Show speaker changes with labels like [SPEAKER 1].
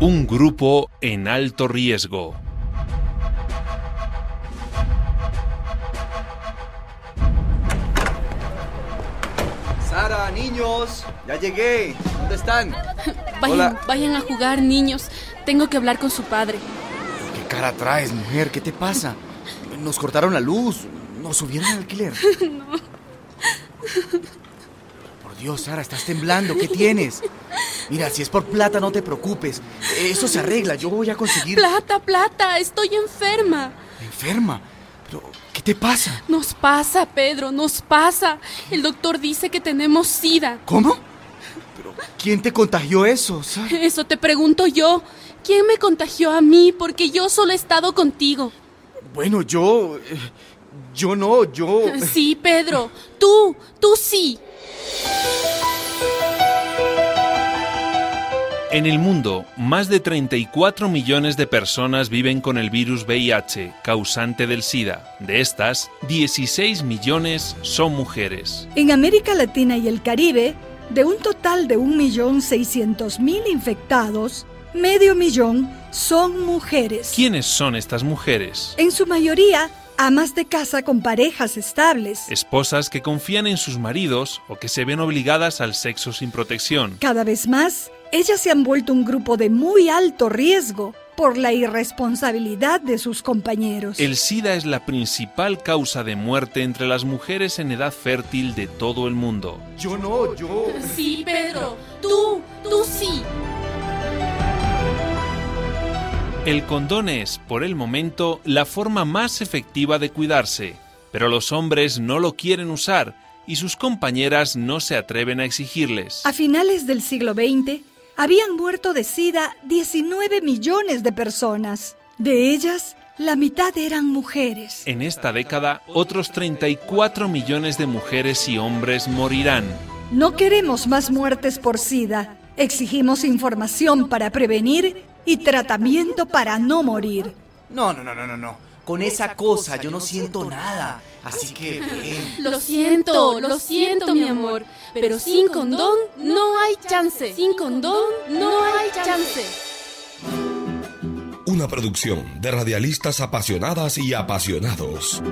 [SPEAKER 1] Un grupo en alto riesgo.
[SPEAKER 2] Sara, niños, ya llegué. ¿Dónde están?
[SPEAKER 3] Vayan,
[SPEAKER 2] Hola.
[SPEAKER 3] vayan a jugar, niños. Tengo que hablar con su padre.
[SPEAKER 4] ¿Qué cara traes, mujer? ¿Qué te pasa? Nos cortaron la luz, nos subieron el alquiler. Por Dios, Sara, estás temblando, ¿qué tienes? Mira, si es por plata, no te preocupes. Eso se arregla, yo voy a conseguir.
[SPEAKER 3] Plata, plata, estoy enferma.
[SPEAKER 4] Enferma. Pero, ¿qué te pasa?
[SPEAKER 3] Nos pasa, Pedro, nos pasa. El doctor dice que tenemos sida.
[SPEAKER 4] ¿Cómo? ¿Pero quién te contagió eso, Sara?
[SPEAKER 3] Eso te pregunto yo. ¿Quién me contagió a mí? Porque yo solo he estado contigo.
[SPEAKER 4] Bueno, yo. eh, Yo no, yo.
[SPEAKER 3] Sí, Pedro, tú, tú sí.
[SPEAKER 1] En el mundo, más de 34 millones de personas viven con el virus VIH, causante del SIDA. De estas, 16 millones son mujeres.
[SPEAKER 5] En América Latina y el Caribe, de un total de 1.600.000 infectados, medio millón son mujeres.
[SPEAKER 1] ¿Quiénes son estas mujeres?
[SPEAKER 5] En su mayoría, amas de casa con parejas estables.
[SPEAKER 1] Esposas que confían en sus maridos o que se ven obligadas al sexo sin protección.
[SPEAKER 5] Cada vez más, ellas se han vuelto un grupo de muy alto riesgo por la irresponsabilidad de sus compañeros.
[SPEAKER 1] El SIDA es la principal causa de muerte entre las mujeres en edad fértil de todo el mundo.
[SPEAKER 4] Yo no, yo.
[SPEAKER 3] Sí, Pedro, tú, tú sí.
[SPEAKER 1] El condón es, por el momento, la forma más efectiva de cuidarse, pero los hombres no lo quieren usar y sus compañeras no se atreven a exigirles.
[SPEAKER 5] A finales del siglo XX, habían muerto de SIDA 19 millones de personas. De ellas, la mitad eran mujeres.
[SPEAKER 1] En esta década, otros 34 millones de mujeres y hombres morirán.
[SPEAKER 5] No queremos más muertes por SIDA. Exigimos información para prevenir y tratamiento para no morir.
[SPEAKER 4] No, no, no, no, no, no. Con esa cosa yo no siento nada. Así que. ven.
[SPEAKER 3] Lo siento, lo siento, mi amor. Pero sin condón no hay chance. Sin condón no hay chance.
[SPEAKER 6] Una producción de radialistas apasionadas y apasionados.